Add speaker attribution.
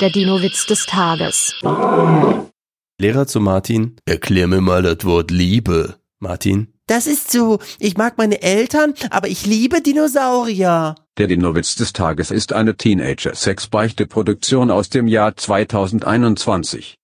Speaker 1: Der Dino-Witz des Tages.
Speaker 2: Lehrer zu Martin. Erklär mir mal das Wort Liebe. Martin.
Speaker 3: Das ist so, ich mag meine Eltern, aber ich liebe Dinosaurier.
Speaker 4: Der Dinowitz des Tages ist eine Teenager-Sex-Beichte-Produktion aus dem Jahr 2021.